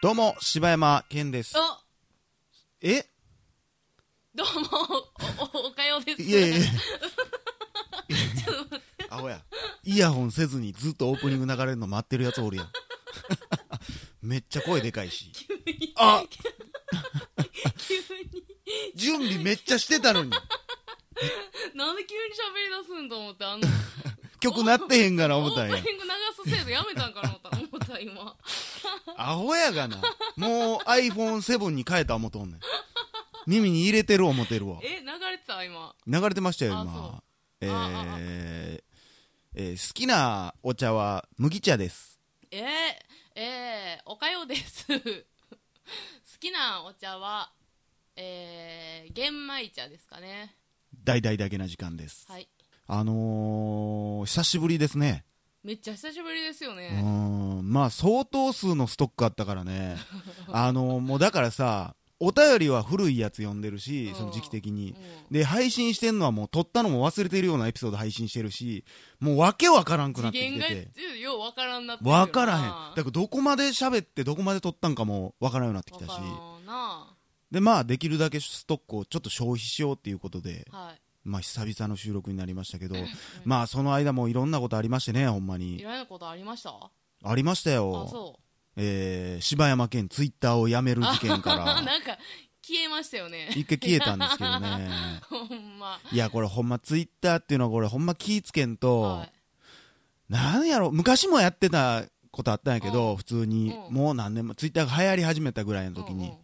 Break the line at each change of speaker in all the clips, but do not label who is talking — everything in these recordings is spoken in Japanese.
どうも、柴山健です。
お
え
どうも、お、おおかようです。
いや いやいや
ちょっと待って
アホや。イヤホンせずにずっとオープニング流れるの待ってるやつおるやん。 めっちゃ声でかいし。あ
急に、
準備めっちゃしてたのに。
なんで急に喋り出すんと思って、あの、
曲なってへんから思
オ
っ
ー
たん
プ
や。
ニング流すせいでやめたんかな思った、思った今。
アホやがな。もう iPhone7 に変えた思とんねん。耳に入れてる思てるわ。
え、流れてた今。
流れてましたよ、
あそ
今
う。
え
あああ
ーえー好きなお茶は麦茶です。
えー、えー、おかようです。 好きなお茶は、えー、玄米茶ですかね。
大々だけな時間です。
はい。
あのー、久しぶりですね。
めっちゃ久しぶりですよ
う
ね。
ーん、まあ相当数のストックあったから ね。あのー、もうだからさ、お便りは古いやつ読んでるし
う、ん
その時期的
う
に。
ん
で、配信してんのはもう撮ったのも忘れてるようなエピソード配信してるし、もうわけわからんくな
次
ってき
元
て
が
て。
ようわからんなってるよな
わからへん。だからどこまで喋ってどこまで撮ったんかもわからんようになってきた
わ
し
か。らんな
で、まあできるだけストックをちょっと消費しようっていうことで、
は
まあ久々の収録になりましたけど、まあその間もいろんなことありましてね、ほんま
いい
に。
ろんなことありましたあ
ありましたよ。
そ
えー、柴山健ツイッターを辞める
う
事件から、
なんか消えましたよね
一回消えたんですけどね。
ほんま
いや、これほんまツイッターっていうのはこれほんま気ぃつけんと、
はい
なんやろ、昔もやってたことあったんやけど、普通に、
うん
もう何年も、ツイッターが流行り始めたぐらいの時に、
うん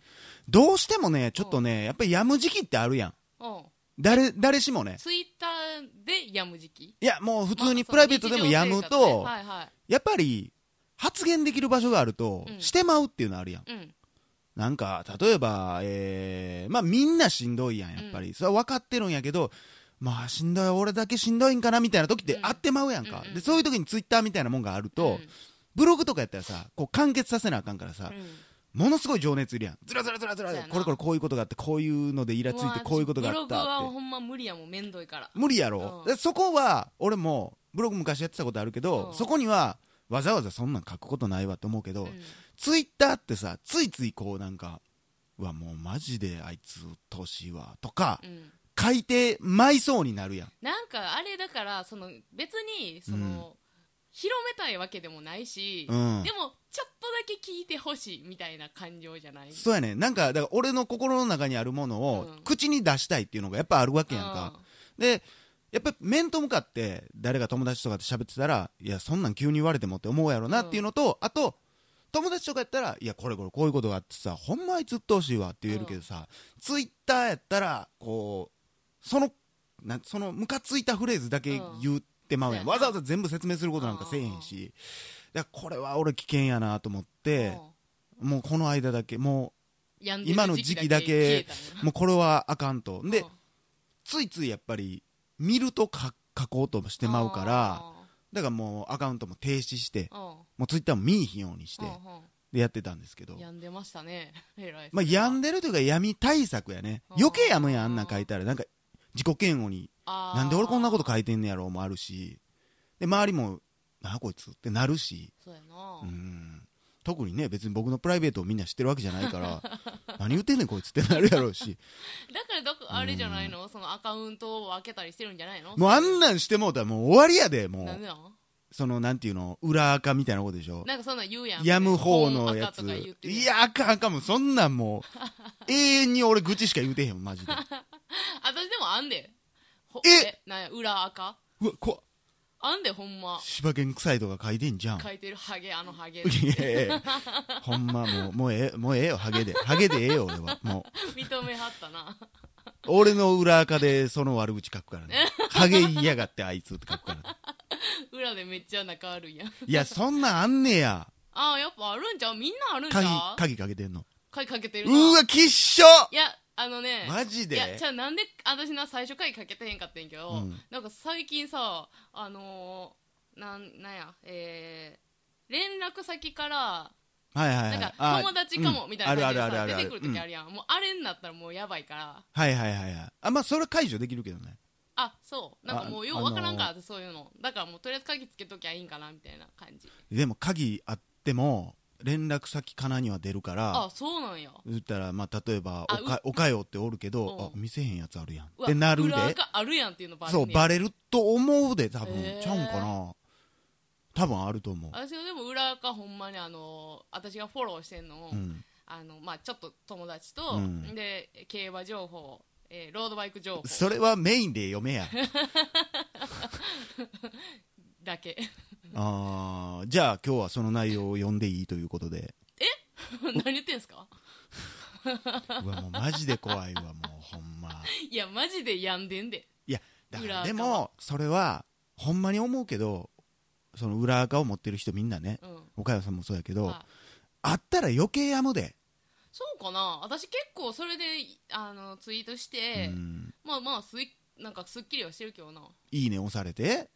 どうしてもね、ちょっとね、やっぱりやむ時期ってあるやん。
うんうん
誰、誰しもね。
ツイッターでやむ時期
いや、もう普通に
まあ
プライベートでもやむ
その日常生活ね
と、
はいは
やっぱり、発言できる場所があると、
うん
してまうっていうのあるやん。
いうん
なんか、例えば、えー、まあみんなしんどいやん、やっぱり。それは分かってるんやけど、まあしんどい、俺だけしんどいんかなみたいな時って
うん
あってまうやんか。
うんうん
で、そういう時にツイッターみたいなもんがあると、ブログとかやったらさ、こう完結させなあかんからさ、
うんうん
ものすごい情熱いるやん。ずらずらずらずら
そうやな
これこれこういうことがあって、こういうのでイラついて、こういうことがあっ
ブログは
たって。
ほんま無理やもんめんどいから
無理やろ、
うん
でそこは、俺も、ブログ昔やってたことあるけど、
うん
そこには、わざわざそんなん書くことないわと思うけど、
うん
ツイッターってさ、ついついこうなんか、うわ、もうマジであいつ、年は、とか
う、ん
書いてまいそうになるやん。
なんかあれだからその別にその広めたいわけでもないし
うん
でもちょっとだけ聞いてほしいみたいな感情じゃない
そうやね。なんか、だから俺の心の中にあるものを
うん、
口に出したいっていうのがやっぱあるわけやんか。でやっぱり面と向かって誰が友達とかで喋ってたらいやそんなん急に言われてもって思うやろなっていうのと、あと友達とかやったらいやこれこれこういうことがあってさほんまあいつ鬱陶しいわって言えるけどさ、ツイッターやったらこうそのなんそのムカついたフレーズだけ言ってまうやん、
うん
わざわざ全部説明することなんかせえへんし、だからこれは俺危険やなと思っ
うん
て、もうこの間だけも
病んでる
今の時期だ
消え
け
たの
うもうこれはあかんとで、
うん
ついついやっぱり見るとか書こうとしてまうから
あ
だからもうアカウントも停止して
ーうん
もうツイッターも見いひんようにして
うん
でやってたんですけ
う
ど
ん病んでましたね えらい
まあ病んでるというか闇対策やね
あー
余計やむやんあんなん書いたらなんか自己嫌悪に
あー
なんで俺こんなこと書いてんねやろもあるしで周りもなあこいつってなるし
そうやな
うん特にね別に僕のプライベートをみんな知ってるわけじゃないから 何言ってんねんこいつってなるやろうし
だからどこあれじゃないのそのアカウントを開けたりしてるんじゃないの
もうあんなんしてもうたらもう終わりやでも
なん
う
でなん
そのなんていうの裏垢みたいなことでしょ
なんかそんなん言うやん
やむ方のや
本赤
つ
とか言ってる
いやあかんあかんもうそんなんもう永遠に俺愚痴しか言うてへんもんマ ジで
私でもあんでほ
え
なんや裏赤
うわこ
あんでほんま
柴犬臭いとか書いてんじゃん
書いてるハゲあの ハゲ
いやいやいやほんまもうもうええもうええよハゲでハゲでええよ俺はも
認めはったな
う俺の裏垢でその悪口書くからねハゲ言いやがってあいつって書くから
裏でめっちゃ仲悪いやん
いやそんなんあんねや
ああやっぱあるんちゃうみんなあるんち
鍵
ゃう
鍵かけてんの
鍵かけてるな
うわきっしょ
いやあのね
マジで
いやじゃあなんで私な最初回かけてへんかったんやけど、
うん
なんか最近さあのー、なんなんやえー、連絡先から
はいはいは
ないんか
あ
友達かもみた
うんあ
いな感じで
る
さ
あるあるある
出てくる時あ
る、
るやん、もうあれになったらもうやばいから
うんはいはいはいはいあまあそれは解除できるけどね
あそうなんかも
あ
うようわからんか、
あ
ってそういうのだからもうとりあえず鍵つけときゃいいんかなみたいな感じ
でも鍵あっても連絡先かなには出るから
あそうなんや
言ったら、まあ、例えば
あ
おか「おかよ」っておるけ
うん
ど、あ見せへんやつあるやん
う
っ
わ
てなるで
裏があるやんっていうのバレんね
そう
や
バレると思うで多分、
へー
ちゃうんかな多分あると思う、
私はでも裏かほんまにあの私がフォローしてんのを、
うん、
あのまあ、ちょっと友達と、
うん
で競馬情報、えーロードバイク情報
それはメインで読 めや
だけ
あーじゃあ今日はその内容を読んでいいということで
何言ってんすか
うわもうマジで怖いわもうほんま
いやマジでやんでんで
いやだか
裏
ら
垢
でもそれはほんまに思うけどその裏垢を持ってる人みんなね
うん
岡山さんもそうやけど、
はい
あったら余計やむで、
そうかな私結構それであのツイートして、
うん
まあまあすいなんかすっきりはしてるけどない
いね押されて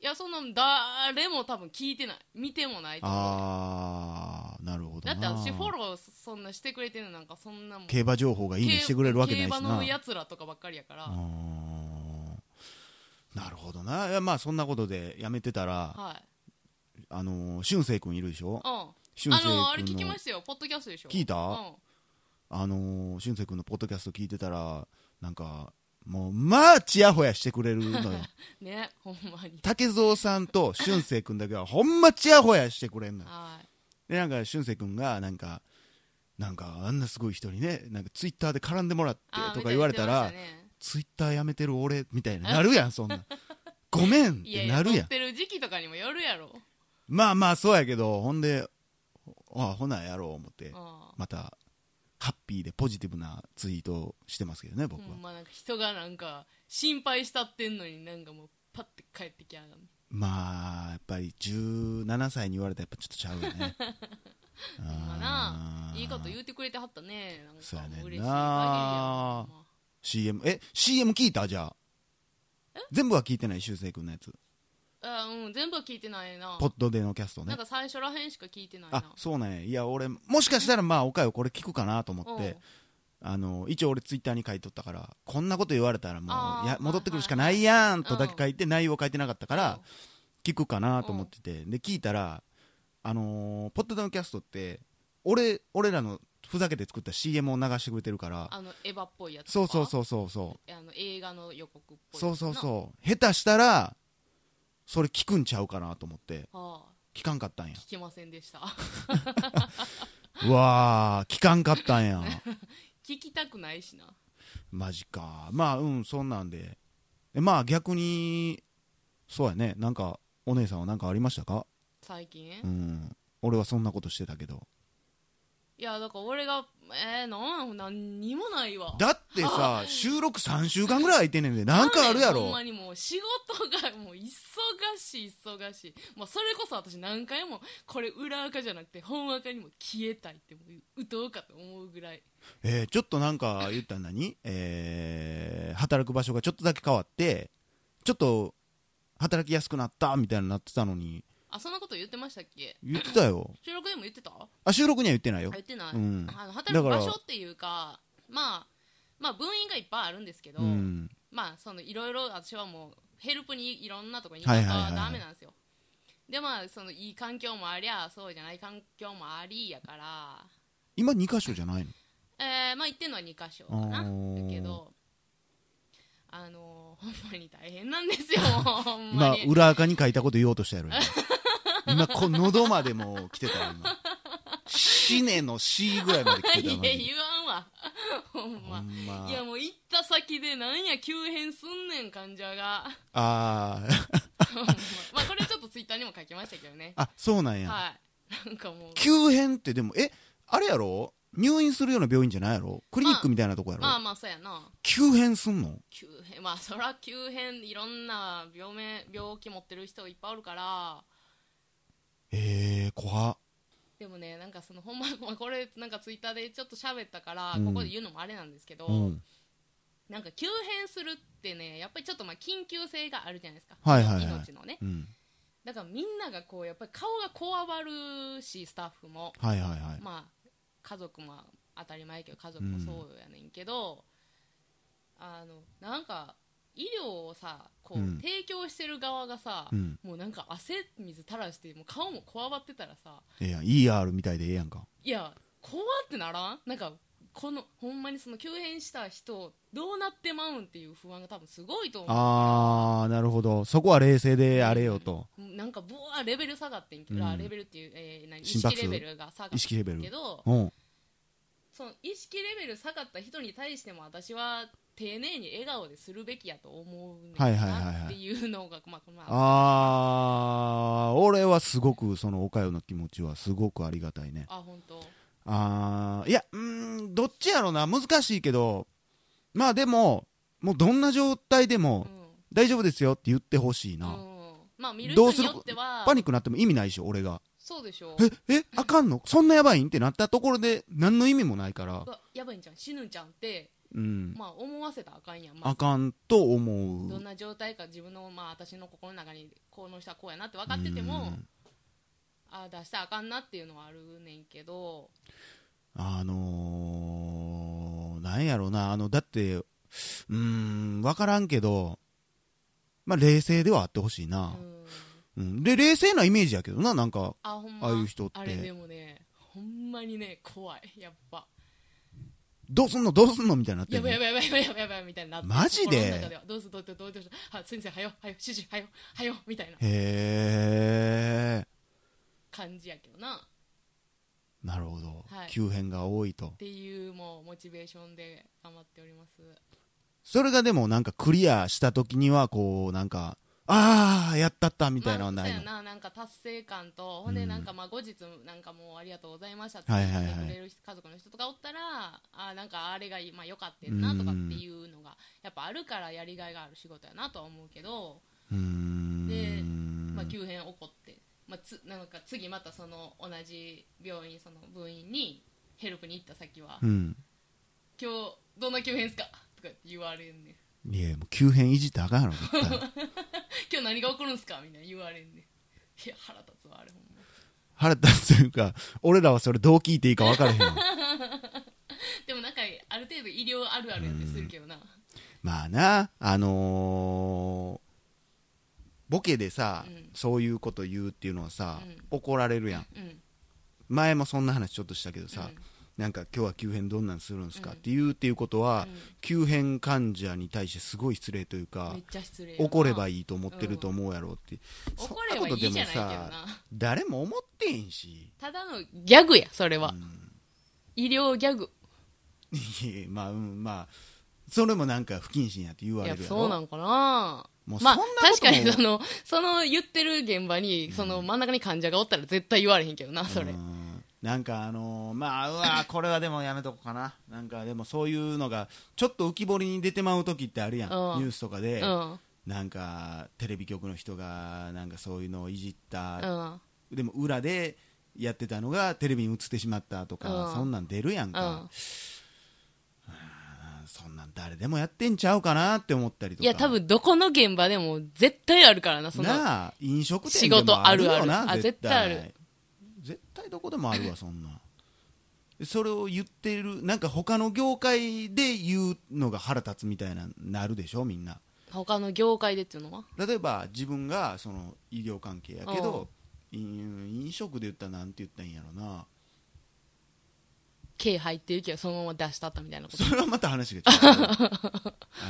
いやそんな誰も多分聞いてない見てもないと思う
ああなるほど
だ
な
って私フォローそんなしてくれてるのなんかそんなもん
競馬情報がいいねしてくれるわけないしな
競馬のやつらとかばっかりやから、
うーんなるほどないやまあそんなことでやめてたら
はい
あのー俊生君いるでしょ
う
俊
んあ
生君
の
の
あれ聞きましたよポッドキャストでしょ
聞いた
うん
あのー、俊生君のポッドキャスト聞いてたらなんかもうまあちやほやしてくれる のよ
ねほんまに
竹蔵さんと俊生君だけはほんまちやほやしてくれんのよ
はい
でなんか俊生君がなんかなんかあんなすごい人にねなんかツイッターで絡んでもらって
あー
とか言われたら
みいな言ってま
ツイッターやめてる俺みたいななるやんそんなんごめんっ
したねいや
て
い
な
や
る
撮
やん
ってる時期とかにもよるやろ
まあまあそうやけどほんであほなやろう思って
あ
またハッピーでポジティブなツイートをしてますけどね僕は、
ほんまなんか人がなんか心配したってんのになんかもうパッて帰ってきやがる
まあやっぱり17歳に言われたらやっぱちょっとちゃうよ ね
ほんまな
あー
いいこと言うてくれてはったねなんか
そうやねんな
嬉しい限りやわほんま
CM え CM 聞いたじゃあ全部は聞いてない修正君のやつ
あうん全部は聞いてないな
ポッドでのキャスト
なん
ね
か最初らへんしか聞いてないな
あそうなんやいや俺もしかしたらまあおかよこれ聞くかなと思
うん
ってあの一応俺ツイッターに書いとったからこんなこと言われたらも
あ
う
ー
や戻ってくるしかないやんとだけ書いて内容書いてなかったから聞くかなと思っててで聞いたらあのーポッドダウンキャストって俺俺らのふざけて作った CM を流してくれてるから
あのエヴァっぽいやつ
そうそう
う
そうそうそ
あの映画の予告っぽ
う
い
そうそう
う
そう下手したらそれ聞くんちゃうかなと思って
ああ
聞かんかった んや
聞けませんでした
うわー聞かんかったんや
聞きたくないしな
マジかまあうんそんなんででまあ逆にそうやねなんかお姉さんは何かありましたか
最近
うん俺はそんなことしてたけど
いやだから俺がえー、なんなんにもないわ
だってさ収録3週間ぐらい空いてんねんでなんかあるや
ほん
ろ
まにもう仕事がもう忙しい忙しいもうそれこそ私何回もこれ裏垢じゃなくて本垢にも消えたいってもう打とうかと思うぐらい
えーちょっとなんか言ったら何えー働く場所がちょっとだけ変わってちょっと働きやすくなったみたいになってたのに
あそんなこと言ってましたっけ
言ってたよ
収録でも言ってたあ
あ収録には言ってないよ
言ってない、
うん
あの働く
だ
場
から
所っていうかまあまあ分院がいっぱいあるんですけど、
うん
まあそのいろいろ私はもうヘルプにいろんなとこに行
は
か
い
な
はいはいはい
ダメなんですよ、でまあそのいい環境もありゃそうじゃない環境もありやから
今2箇所じゃないの
えー、まあ行ってんのは2箇所かな
あー
だけどあのー、ほんまに大変な んですよほんま
今
に
裏垢に書いたこと言おうとしたやろ今 今こう喉までもう来てたよ今死ねの C ぐらいまで来てた
い
よ
や
マジで
言わんわほん
ほ
ま
んま
いやもう行った先でなんや急変すんねん患者が
あー
ほんままあこれちょっとツイッターにも書きましたけどね
あそうなんや
はいなんかもう
急変ってでもえあれやろ入院するような病院じゃないやろクリニックみたいなとこやろ、
まあまあそうやな
急変すんの
急変 まあそら急変いろんな病名病気持ってる人いっぱいおるから
えー、怖っ
でもねなんかそのほんま まあこれなんかツイッターでちょっと喋ったから、
うん
ここで言うのもあれなんですけど、
うん
なんか急変するってねやっぱりちょっとまあ緊急性があるじゃないですか、
はいはいはい
命のね
うん
だからみんながこうやっぱり顔がこわばるしスタッフも、
はいはいはい
まあ家族も当たり前やけど家族もそうやねんけど、あのなんか医療をさこう、
うん
提供してる側がさ、
うん
もうなんか汗水垂らしてもう顔もこわばってたらさ
ええやん ER みたいでええやんか
いや怖ってならんなんかこのほんまにその急変した人どうなってまうんっていう不安が多分すごいと思う
ああなるほどそこは冷静であれよと
なんかボワーレベル下がってんけど、
うん
あレベルっていう、えー何意
心拍
識
数
レベルが下がっ
意識レベ
た
ル
けど
うん
その意識レベル下がった人に対しても私は丁寧に笑顔でするべきやと思うねん
はいはいはいはい
なっていうのが、まあまあ、
ああ俺はすごくそのおかよの気持ちはすごくありがたいね
あ本当
あーいやうーんどっちやろな難しいけどまあでももうどんな状態でも
う
大丈夫ですよって言ってほしい
ん、う
な、
ん、まあ見る
ど
人
うす
に
る
よっては
パニックになっても意味ないし俺が
そうでしょ
ええあかんのそんなやばいんってなったところで何の意味もないから
うわやばいんじゃん死ぬんじゃんって、
うん
まあ、思わせたらあかんやん、ま
あ
あ、
かんと
ど
思
んな状態か自分の、まあ、私の心の中にこの人はこうやなって分かってても
うん
あ出したらあかんなっていうのはあるねんけど
あのー、なんやろなあのだってうーん分からんけどまあ冷静ではあってほしいな
う、ん
うん、で冷静なイメージやけどななんか
あほんま
ああいう人って
あれでもねほんまにね怖いやっぱ
どうすんのどうすんのみたいになって
や
んの
ばいやばいやばいやばいやばいやばいみたいになって
マジで
心の中はどうぞどうぞどうぞどうぞは先生はよはよ主人はよはよみたいな
へえ
感じやけどなっ
なるほど、
はい
急変が多いと
ていうもうモチベーションで頑張っております
それがでもなんかクリアした時にはこうなんかああやったったみたいなのはないの、
まあ、そうやななんか達成感とほんで
うん
なんかまあ後日なんかもうありがとうございましたって
は
言
い
っ
はいはい
てくれる人家族の人とかおったらあーなんかあれがいいまあ、よかったなとかっていうのがやっぱあるからやりがいがある仕事やなとは思うけど、
うーん
まあ、急変起こって、まあ、つなんか次またその同じ病院その部員にヘルプに行った先は、
うん
今日どんな急変ですかとかって言われんねん
いやもう急変いじってあかんやろ絶対
今日何が起こるんすかみたいな言われんねんいや腹立つわあれほんま
腹立つというか俺らはそれどう聞いていいか分からへん わ
でもなんかある程度医療あるあるやってするけどな
まあなあのーボケでさ、
うん
そういうこと言うっていうのはさ、
うん
怒られるやん
うん
前もそんな話ちょっとしたけどさ、
うん
なんか今日は急変どんなんするんですか、
うん
っていうっていうことは、
うん
急変患者に対してすごい失礼というか
めっちゃ失礼
怒れば
い
いいと思ってると思うやろうって、そ
怒
ん
れ
な
ば
こ
いい
と
じ
で
ゃな
も
いけど
さ
な
誰も思ってへんした
だのギャグやそれは、
ん
医療ギャグ
いやまあうんまあそれもなんか不謹慎やって言わ
い
れ
や
るやろ
そうなんかな
もう
まあ
そんなことも
確かにそのその言ってる現場にその真ん中に患者がおったら絶対言われへんけどなそれ、
うんなんかあのーまあうわこれはでもやめとこうかななんかでもそういうのがちょっと浮き彫りに出てまう時ってあるやん、
うん
ニュースとかで、
うん
なんかテレビ局の人がなんかそういうのをいじった、
うん
でも裏でやってたのがテレビに映ってしまったとか、
うん
そんなん出るやん
う
か、
ん、
そんなん誰でもやってんちゃうかなって思ったりとか
いや多分どこの現場でも絶対あるからなその
なあ飲食店でもあるよな
仕事あるある
絶対
あ絶対ある
絶対どこでもあるわそんなんそれを言ってるなんか他の業界で言うのが腹立つみたいななるでしょみんな
他の業界でっていうのは
例えば自分がその医療関係やけど飲飲食で言ったらなんて言ったらいいんやろな
毛入ってるけどそのまま出したったみたいなこと
それはまた 話が違う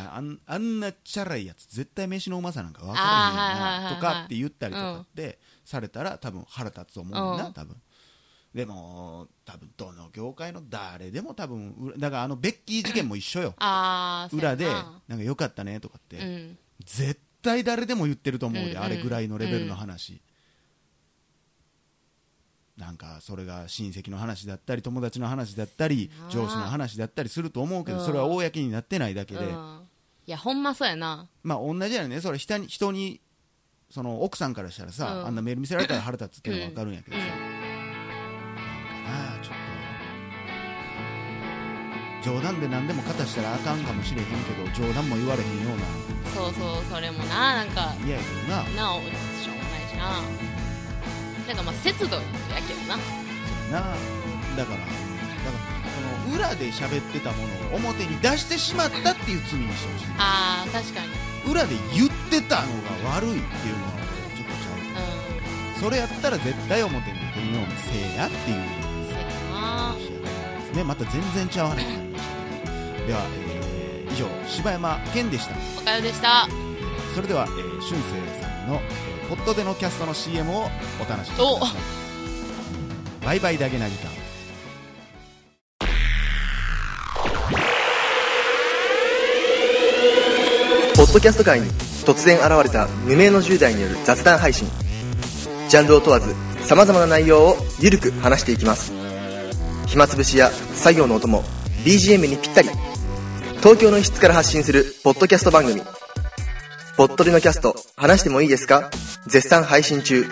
ああんあんなチャラいやつ絶対飯のうまさなんか分からへん
あーはいはいはい
よ
はい
なとかって言ったりとかってされたら多分腹立つと思うんだ
う
なん多分でも多分どの業界の誰でも多分うだからあのベッキー事件も一緒よ
ああ
裏でなんかよかったねとかって、
うん
絶対誰でも言ってると思うで、
うんうん
あれぐらいのレベルの話、なんかそれが親戚の話だったり友達の話だったり
なあ
上司の話だったりすると思うけど、
うん
それは公になってないだけ
う
で、
んいやほんまそうやな
まあ同じやねそれ人に人にその奥さんからしたらさ、
うん
あんなメール見せられたら腹立つっていうのは分かるんやけどさ、
うん
なんかなあちょっと冗談で何でも肩したらあかんかもしれへんけど冗談も言われへんような
そうそうそれもななんか
嫌やけどな
なおしょうがないしななんかまあ節度やけどな
なだからだからその裏で喋ってたものを表に出してしまったっていう罪にしてほしい
あー確かに
裏で言ってたのが悪いっていうのは俺ちょっとち
う
ゃうそれやったら絶対表に出るようにせえやっていうん
せやな
話やったんですねまた全然ちゃう話になりましたけどでは、えー以上柴山健でした
おかよでした
それでは、えー、俊生さんの、えーポッドでのキャストの CM をお楽しみくださいバイバイだけな時間
ポッドキャスト界に突然現れた無名の10代による雑談配信ジャンルを問わず様々な内容をゆるく話していきます暇つぶしや作業のお供 BGM にぴったり東京の一室から発信するポッドキャスト番組「ポッドリのキャスト話してもいいですか?」絶賛配信中